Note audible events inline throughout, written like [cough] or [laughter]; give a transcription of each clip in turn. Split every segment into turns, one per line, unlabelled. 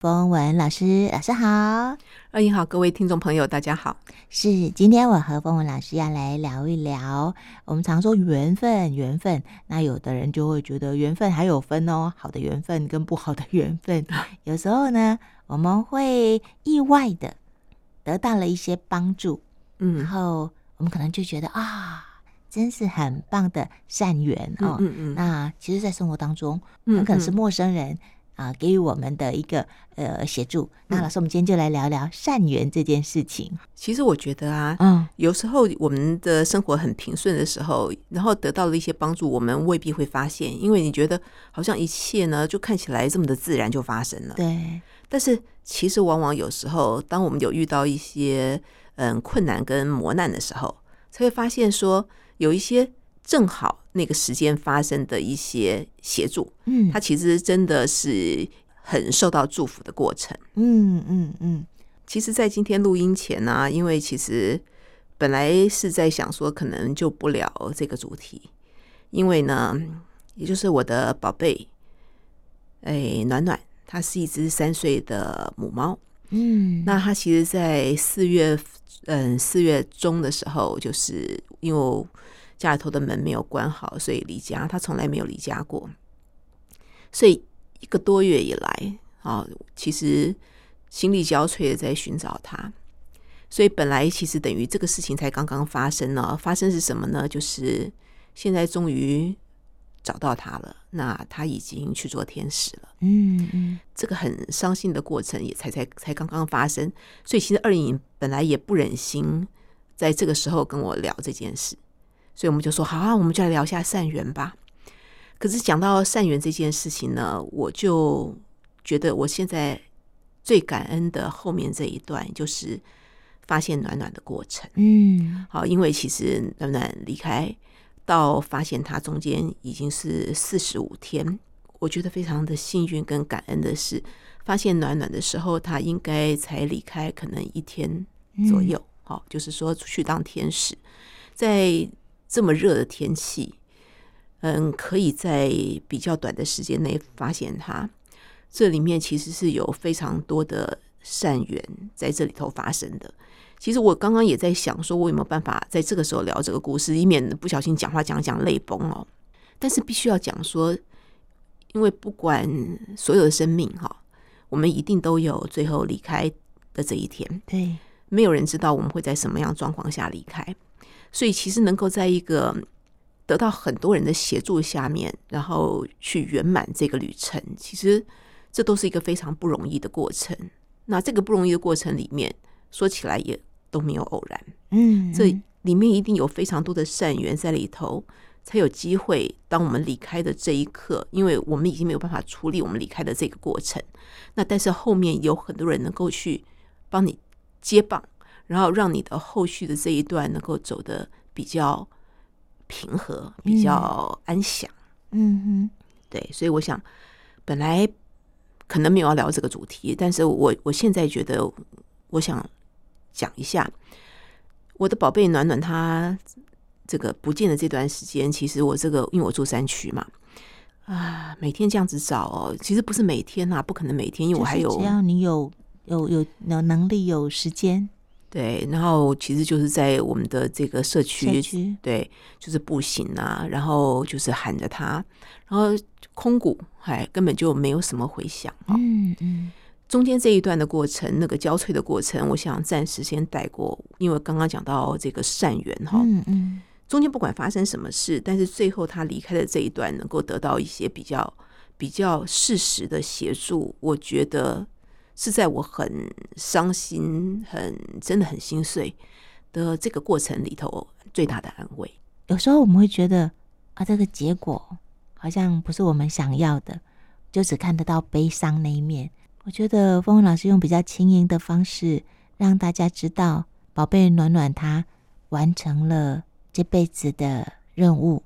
风文老师，老师好。
二英好，各位听众朋友，大家好。
是，今天我和风文老师要来聊一聊，我们常说缘分，缘分。那有的人就会觉得缘分还有分哦，好的缘分跟不好的缘
[laughs]
分。有时候呢，我们会意外的得到了一些帮助，然
嗯，
后我们可能就觉得啊，真是很棒的善缘哦。
嗯嗯
那其实，在生活当中，
嗯
很可能是
嗯
陌生人啊、给予我们的一个呃协助。那
嗯
老师，我们今天就来聊聊善缘这件事情。
其实我觉得啊，
嗯，
有时候我们的生活很平顺的时候，然后得到了一些帮助，我们未必会发现，因为你觉得好像一切呢就看起来这么的自然就发生了。
对，
但是其实往往有时候，当我们有遇到一些嗯困难跟磨难的时候，才会发现说有一些正好那个时间发生的一些协助，
嗯
它其实真的是很受到祝福的过程。
嗯嗯嗯，
其实，在今天录音前呢、因为其实本来是在想说，可能就不聊这个主题，因为呢，也就是我的宝贝，哎，暖暖，它是一只三岁的母猫。
嗯，
那它其实，在四月，嗯，四月中的时候，就是因为我家里头的门没有关好，所以离家，它从来没有离家过。所以一个多月以来，啊，其实心力交瘁的在寻找他。所以本来其实等于这个事情才刚刚发生呢，发生是什么呢？就是现在终于找到他了，那他已经去做天使了。
嗯嗯
这个很伤心的过程也才才才刚刚发生，所以其实二颖本来也不忍心在这个时候跟我聊这件事，所以我们就说好啊，我们就来聊一下善缘吧。可是讲到善缘这件事情呢，我就觉得我现在最感恩的后面这一段就是发现暖暖的过程。
嗯，
好，因为其实暖暖离开到发现他中间已经是四十五天，我觉得非常的幸运跟感恩的是，发现暖暖的时候，他应该才离开可能一天左右，好、就是说出去当天使，在这么热的天气，嗯，可以在比较短的时间内发现他，这里面其实是有非常多的善缘在这里头发生的。其实我刚刚也在想，说我有没有办法在这个时候聊这个故事，以免不小心讲话讲一讲泪崩哦。但是必须要讲说，因为不管所有的生命哈，我们一定都有最后离开的这一天，
对，
没有人知道我们会在什么样的状况下离开，所以其实能够在一个得到很多人的协助下面，然后去圆满这个旅程，其实这都是一个非常不容易的过程。那这个不容易的过程里面，说起来也都没有偶然，
嗯，
这里面一定有非常多的善缘在里头，才有机会。当我们离开的这一刻，因为我们已经没有办法处理我们离开的这个过程，那但是后面有很多人能够去帮你接棒，然后让你的后续的这一段能够走得比较平和、比较安详。
嗯嗯
对，所以我想，本来可能没有要聊这个主题，但是我我现在觉得，我想讲一下我的宝贝暖暖，她这个不见的这段时间，其实我这个因为我住山区嘛，啊，每天这样子找哦，其实不是每天呐、不可能每天，因
就
为我还
是
有
只要你有有有有能力有时间，
对，然后其实就是在我们的这个社
社
区
区，
对，就是步行啊，然后就是喊着他，然后空谷，哎，根本就没有什么回响、哦。
嗯嗯
中间这一段的过程，那个交瘁的过程，我想暂时先带过，因为刚刚讲到这个善缘哈，
嗯嗯
中间不管发生什么事，但是最后他离开的这一段能够得到一些比较比较适时的协助，我觉得是在我很伤心、很真的很心碎的这个过程里头最大的安慰。
有时候我们会觉得啊，这个结果好像不是我们想要的，就只看得到悲伤那一面。我觉得风文老师用比较轻盈的方式，让大家知道宝贝暖暖她完成了这辈子的任务，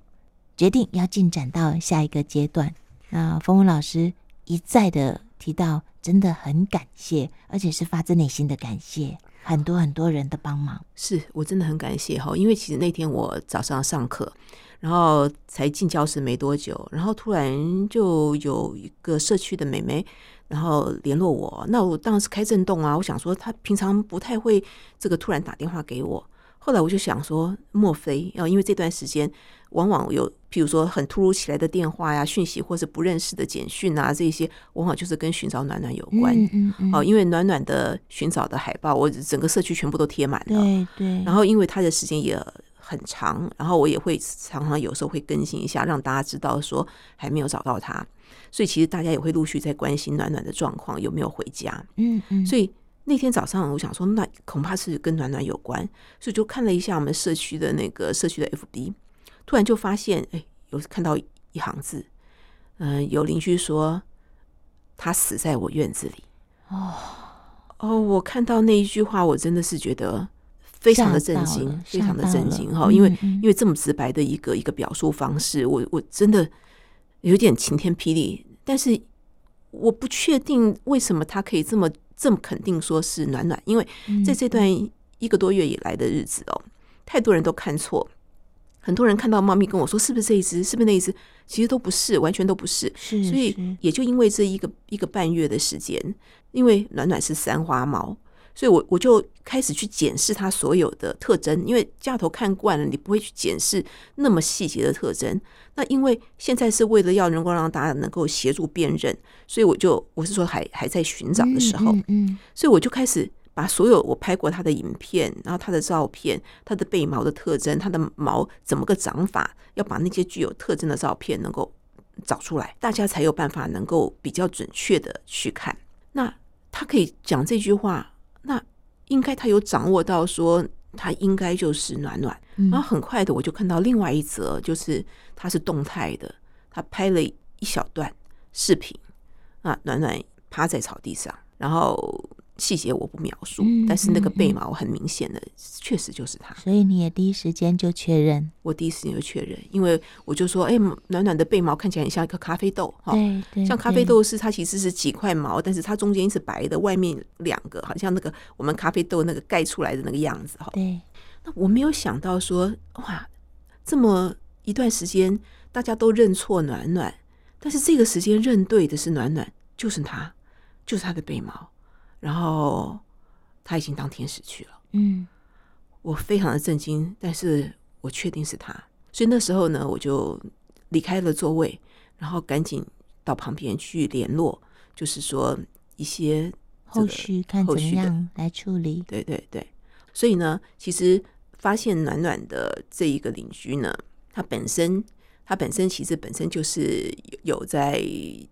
决定要进展到下一个阶段。那风文老师一再的提到，真的很感谢，而且是发自内心的感谢很多很多人的帮忙。
是我真的很感谢哈，因为其实那天我早上上课，然后才进教室没多久，然后突然就有一个社区的妹妹，然后联络我。那我当时开震动啊，我想说她平常不太会这个突然打电话给我。后来我就想说，莫非要、哦、因为这段时间往往有，譬如说很突如其来的电话呀、讯息，或是不认识的简讯啊，这些往往就是跟寻找暖暖有关。
嗯嗯嗯，
哦，因为暖暖的寻找的海报，我整个社区全部都贴满了。
对对，
然后因为她的时间也很长，然后我也会常常有时候会更新一下，让大家知道说还没有找到她。所以其实大家也会陆续在关心暖暖的状况有没有回家。
嗯嗯，
所以那天早上我想说，那恐怕是跟暖暖有关，所以就看了一下我们社区的那个社区的 FB，突然就发现，哎，有看到一行字，嗯、有邻居说他死在我院子里。
哦，
哦，我看到那一句话，我真的是觉得非常的震
吓到
惊
了，
非常的震惊
吓到
哈，
了
因为
嗯嗯
因为这么直白的一个一个表述方式，我我真的有点晴天霹雳，但是我不确定为什么他可以这么这么肯定说是暖暖，因为
嗯
在这段一个多月以来的日子哦，太多人都看错。很多人看到猫咪跟我说：“是不是这一只？是不是那一只？”其实都不是，完全都不是。
嗯是，
所以
是
也就因为这一个一个半月的时间，因为暖暖是三花猫，所以我我就开始去检视它所有的特征，因为架头看惯了，你不会去检视那么细节的特征。那因为现在是为了要能够让大家能够协助辨认，所以我就我是说还还在寻找的时候，
嗯嗯
所以我就开始把所有我拍过它的影片，然后它的照片、它的背毛的特征、它的毛怎么个长法，要把那些具有特征的照片能够找出来，大家才有办法能够比较准确的去看。那他可以讲这句话，那应该他有掌握到说他应该就是暖暖。
嗯
然后很快的我就看到另外一则，就是它是动态的，他拍了一小段视频啊，暖暖趴在草地上，然后细节我不描述，
嗯
但是那个
嗯
背毛很明显的，确实就是他。
所以你也第一时间就确认，
我第一时间就确认，因为我就说，哎、暖暖的背毛看起来很像一个咖啡豆哈。
对对，
哦像咖
对
啡豆是它其实是几块毛，但是它中间是白的，外面两个好像那个我们咖啡豆那个盖出来的那个样子哈。
对，
那我没有想到说，哇，这么一段时间大家都认错暖暖，但是这个时间认对的是暖暖，就是它，就是它的背毛，然后它已经当天使去了。
嗯
我非常的震惊，但是我确定是他，所以那时候呢，我就离开了座位，然后赶紧到旁边去联络，就是说一些这
后
个
续看
后
怎么
续的
样来处理，
对对对，所以呢，其实发现暖暖的这一个邻居呢，他本身他本身其实本身就是有有在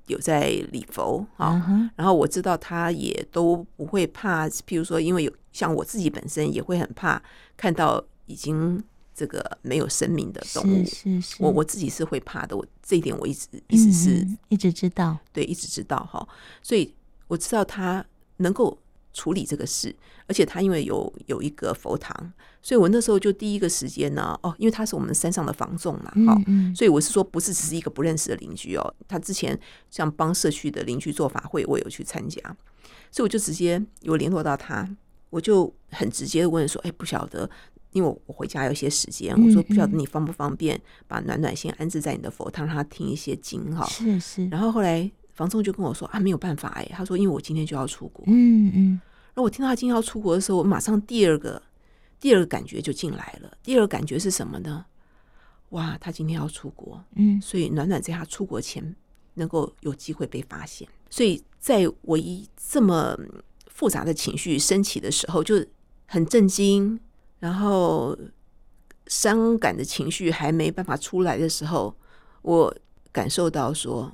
有在礼佛啊、
嗯哼，
然后我知道他也都不会怕，譬如说，因为有像我自己本身也会很怕看到已经这个没有生命的动物
是，是是，
我我自己是会怕的，我这一点我一直一直是、
嗯嗯一直知道，
对一直知道哈，所以我知道他能够处理这个事，而且他因为有有一个佛堂，所以我那时候就第一个时间呢，哦，因为他是我们山上的房仲嘛，哈、
嗯嗯，
所以我是说，不是只是一个不认识的邻居哦。他之前像帮社区的邻居做法会，我有去参加，所以我就直接有联络到他，我就很直接的问说：“哎，不晓得，因为我回家有些时间，
嗯
我说不晓得
嗯
你方不方便把暖暖先安置在你的佛堂，让他听一些经哈。
是是”，
然后后来房仲就跟我说：“啊，没有办法哎，他说因为我今天就要出国。”
嗯嗯，
然后我听到他今天要出国的时候，我马上第二个第二个感觉就进来了。第二个感觉是什么呢？哇，他今天要出国，
嗯，
所以暖暖在他出国前能够有机会被发现。所以在我一这么嗯复杂的情绪升起的时候，就很震惊，然后伤感的情绪还没办法出来的时候，我感受到说，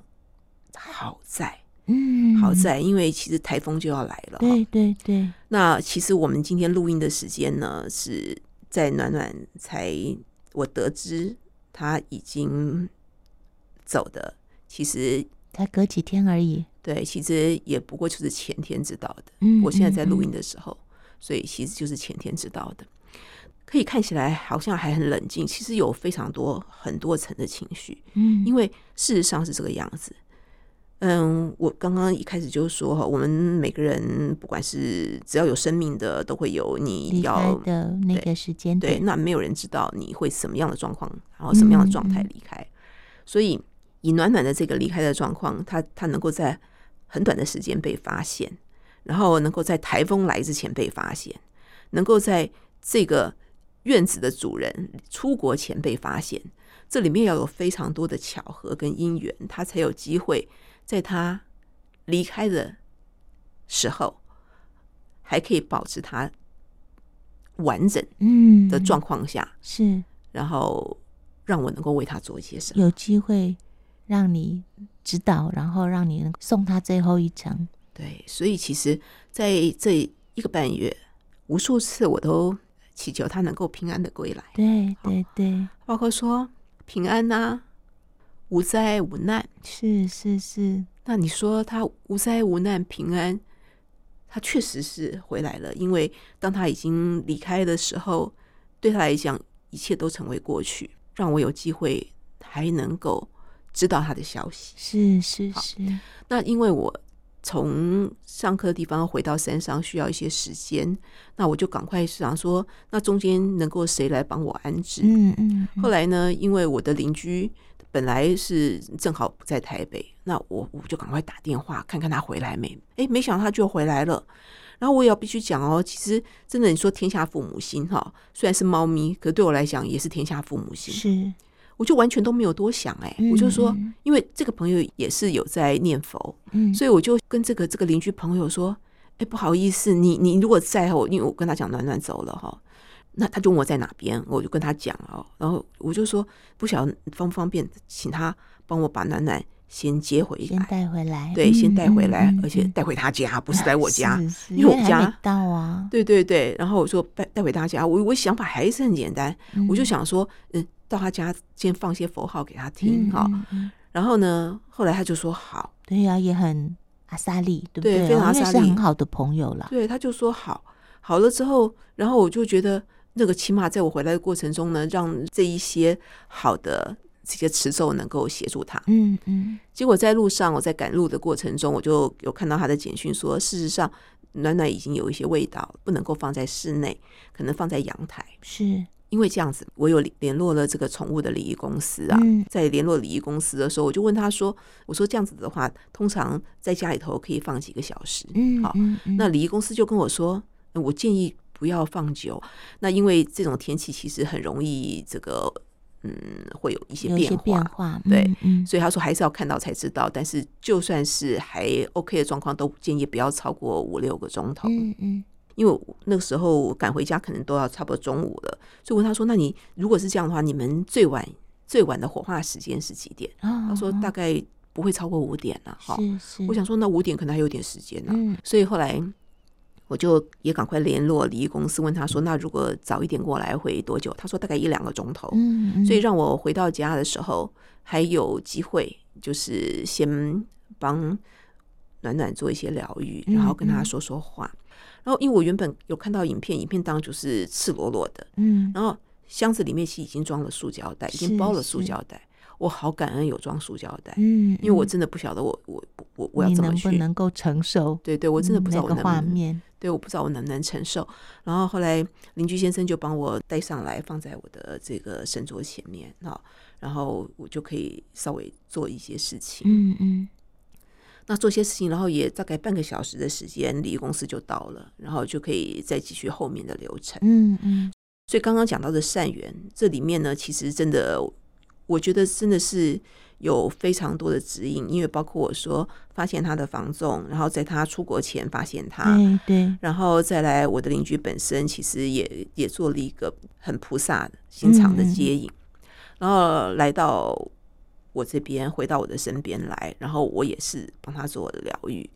好在
嗯，
好在，因为其实台风就要来了哈，
对对对，
那其实我们今天录音的时间呢，是在暖暖才我得知他已经走的，其实
才隔几天而已，
对，其实也不过就是前天知道的。
嗯，
我现在在录
嗯，
音的时候，所以其实就是前天知道的。可以看起来好像还很冷静，其实有非常多很多层的情绪，
嗯，
因
为
为事实上是这个样子。嗯，我刚刚一开始就说哈，我们每个人不管是只要有生命的，都会有你
嗯离开
要
的那个时间
对，
点，
那没有人知道你会什么样的状况，然后什么样的状态离开。所以以暖暖的这个离开的状况，它它能够在很短的时间被发现，然后能够在台风来之前被发现，能够在这个院子的主人出国前被发现。这里面要有非常多的巧合跟因缘，他才有机会在他离开的时候，还可以保持他完整
嗯
的状况下，
是
然后让我能够为他做一些什么。
有机会让你指导，然后让你能送他最后一程。
对，所以其实在这一个半月，无数次我都祈求他能够平安的归来，
对对对，
包括说平安呐、无灾无难。
是是是，
那你说他无灾无难平安，他确实是回来了，因为当他已经离开的时候，对他来讲一切都成为过去，让我有机会还能够知道他的消息。
是是是，
那因为我从上课地方回到山上需要一些时间，那我就赶快想说，那中间能够谁来帮我安置？
嗯嗯，嗯
后来呢，因为我的邻居本来是正好不在台北，那我我就赶快打电话看看他回来没？诶，没想到他就回来了。然后我也要必须讲哦，其实真的，你说天下父母心哈，虽然是猫咪，可对我来讲也是天下父母心。
是，
我就完全都没有多想哎、我就说
嗯，嗯
因为这个朋友也是有在念佛，
嗯，
所以我就跟这个这个邻居朋友说：“哎、不好意思，你你如果在哦，因为我跟他讲暖暖走了哈，那他就问我在哪边，我就跟他讲哦，然后我就说不晓得方不方便，请他帮我把暖暖先接回
先
来，
带回来，
哎对，先带回来，
嗯
而且带回他家，不是带我家。，
嗯嗯是是
因为我
还没
家
到啊，
对对对，然后我说带带回他家，我我想法还是很简单，我
嗯
就想说，嗯，到他家先放些佛号给他听哈、，
嗯嗯嗯
然后呢，后来他就说好，
对呀，也很阿萨利，对不
对
对？
非常阿
因为
萨
是
利
很好的朋友啦，
对，他就说好，好了之后，然后我就觉得那个起码在我回来的过程中呢，让这一些好的这些持咒能够协助他。
嗯嗯，
结果在路上，我在赶路的过程中，我就有看到他的简讯说，事实上暖暖已经有一些味道，不能够放在室内，可能放在阳台。
是，
因为这样子，我有联络了这个宠物的礼仪公司啊。
嗯
在联络礼仪公司的时候，我就问他说：“我说这样子的话，通常在家里头可以放几个小时？”
嗯，
好
嗯，嗯
那礼仪公司就跟我说，呃我建议不要放久，那因为这种天气其实很容易这个嗯会有一些
有一
变
些
化。
变化，
对
嗯，嗯
所以他说还是要看到才知道，但是就算是还 OK 的状况，都建议不要超过五六个钟头，
嗯嗯，
因为我那个时候我赶回家可能都要差不多中午了。所以我问他说：“那你如果是这样的话，你们最晚最晚的火化时间是几点？”
他
他说：“大概不会超过五点了、哈。
哦是是，
我想说，那五点可能还有点时间呢、
嗯
所以后来我就也赶快联络礼仪公司，问他说：“那如果早一点过来会多久？”他说：“大概一两个钟头。
嗯，嗯
哦所以让我回到家的时候还有机会，就是先帮暖暖做一些疗愈，
嗯
然后跟他说说话。然后因为我原本有看到影片，影片当然就是赤裸裸的，
嗯
然后箱子里面其实已经装了塑胶袋，已经
是
包了塑
是
胶袋。我好感恩有装塑胶袋，
嗯，
因为我
嗯
真的不晓得我我我我要
你
怎么
能
去
不能够承受？
对对，我真的
嗯
不知
那
道我
个
能不
画
能，
面，
对，我不知道我能不能承受。然后后来邻居先生就帮我带上来，放在我的这个神桌前面啊，然后我就可以稍微做一些事情。
嗯嗯，
那做些事情，然后也大概半个小时的时间，礼仪公司就到了，然后就可以再继续后面的流程。
嗯嗯，
所以刚刚讲到的善缘，这里面呢，其实真的，我觉得真的是有非常多的指引，因为包括我说发现他的房纵，然后在他出国前发现他，
对对，
然后再来，我的邻居本身其实也也做了一个很菩萨的心肠的接引，然后来到我这边，回到我的身边来，然后我也是帮他做疗愈，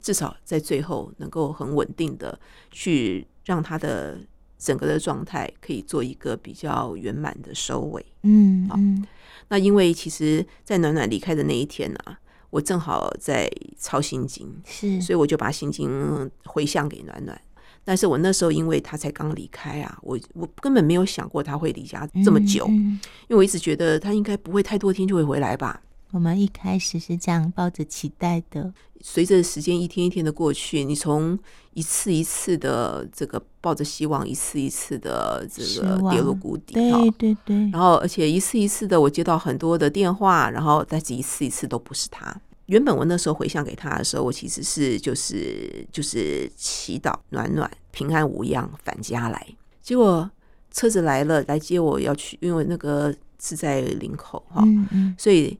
至少在最后能够很稳定的去让他的整个的状态可以做一个比较圆满的收尾。
嗯嗯，
那因为其实，在暖暖离开的那一天啊，我正好在抄心经，
是，
所以我就把心经回向给暖暖。但是我那时候因为他才刚离开啊，我我根本没有想过他会离家这么久，
嗯嗯
因为我一直觉得他应该不会太多天就会回来吧。
我们一开始是这样抱着期待的，
随着时间一天一天的过去，你从一次一次的这个抱着希望，一次一次的这
失
个
望
跌入谷底哈。
对对对，
然后，而且一次一次的，我接到很多的电话，然后但是一次一次都不是他。原本我那时候回向给他的时候，我其实是就是就是祈祷暖暖平安无恙返家来。结果车子来了，来接我要去，因为那个是在林口哈，
嗯嗯，
所以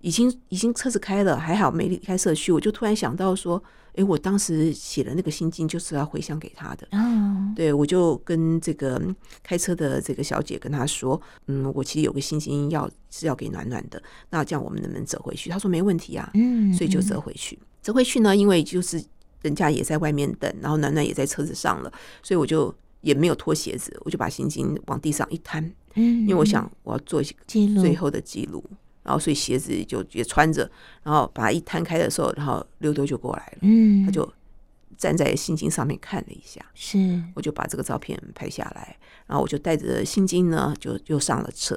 已经已经车子开了，还好没离开社区。我就突然想到说，诶，我当时写的那个心经就是要回向给他的。
哦，
对，我就跟这个嗯开车的这个小姐跟她说，嗯，我其实有个心经要是要给暖暖的，那这样我们能不能折回去？她说没问题啊，
嗯，
所以就折回去。折回去呢，因为就是人家也在外面等，然后暖暖也在车子上了，所以我就也没有脱鞋子，我就把心经往地上一摊，
嗯，嗯，嗯
因为我想我要做一些
记录
最后的记录，然后所以鞋子就也穿着，然后把它一摊开的时候，然后溜溜就过来了，
嗯，
他就站在心经上面看了一下。
是
我就把这个照片拍下来，然后我就带着心经呢，就就上了车。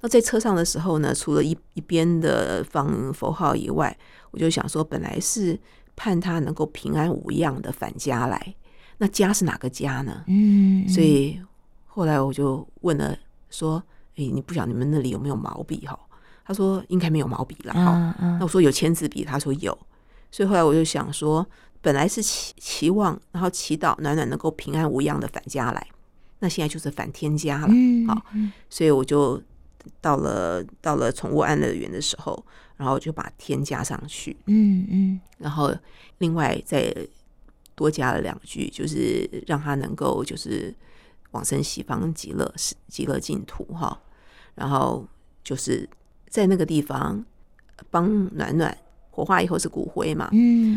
那在车上的时候呢，除了一一边的放佛号以外，我就想说，本来是盼他能够平安无恙的返家来，那家是哪个家呢？
嗯，
所以后来我就问了，说：“诶，你不晓得你们那里有没有毛笔哈？”他说：“应该没有毛笔啦。”
啊
哈，
啊
那我，说有签字笔，他说有，所以后来我就想说，本来是期期望，然后祈祷暖暖能够平安无恙的返家来，那现在就是返天家了，
嗯，
好
嗯，
所以我就到了到了宠物安乐园的时候，然后就把天加上去，
嗯嗯，
然后另外再多加了两句，就是让他能够就是往生西方极乐世极乐净土哈，然后就是在那个地方帮暖暖火化以后是骨灰嘛，
嗯，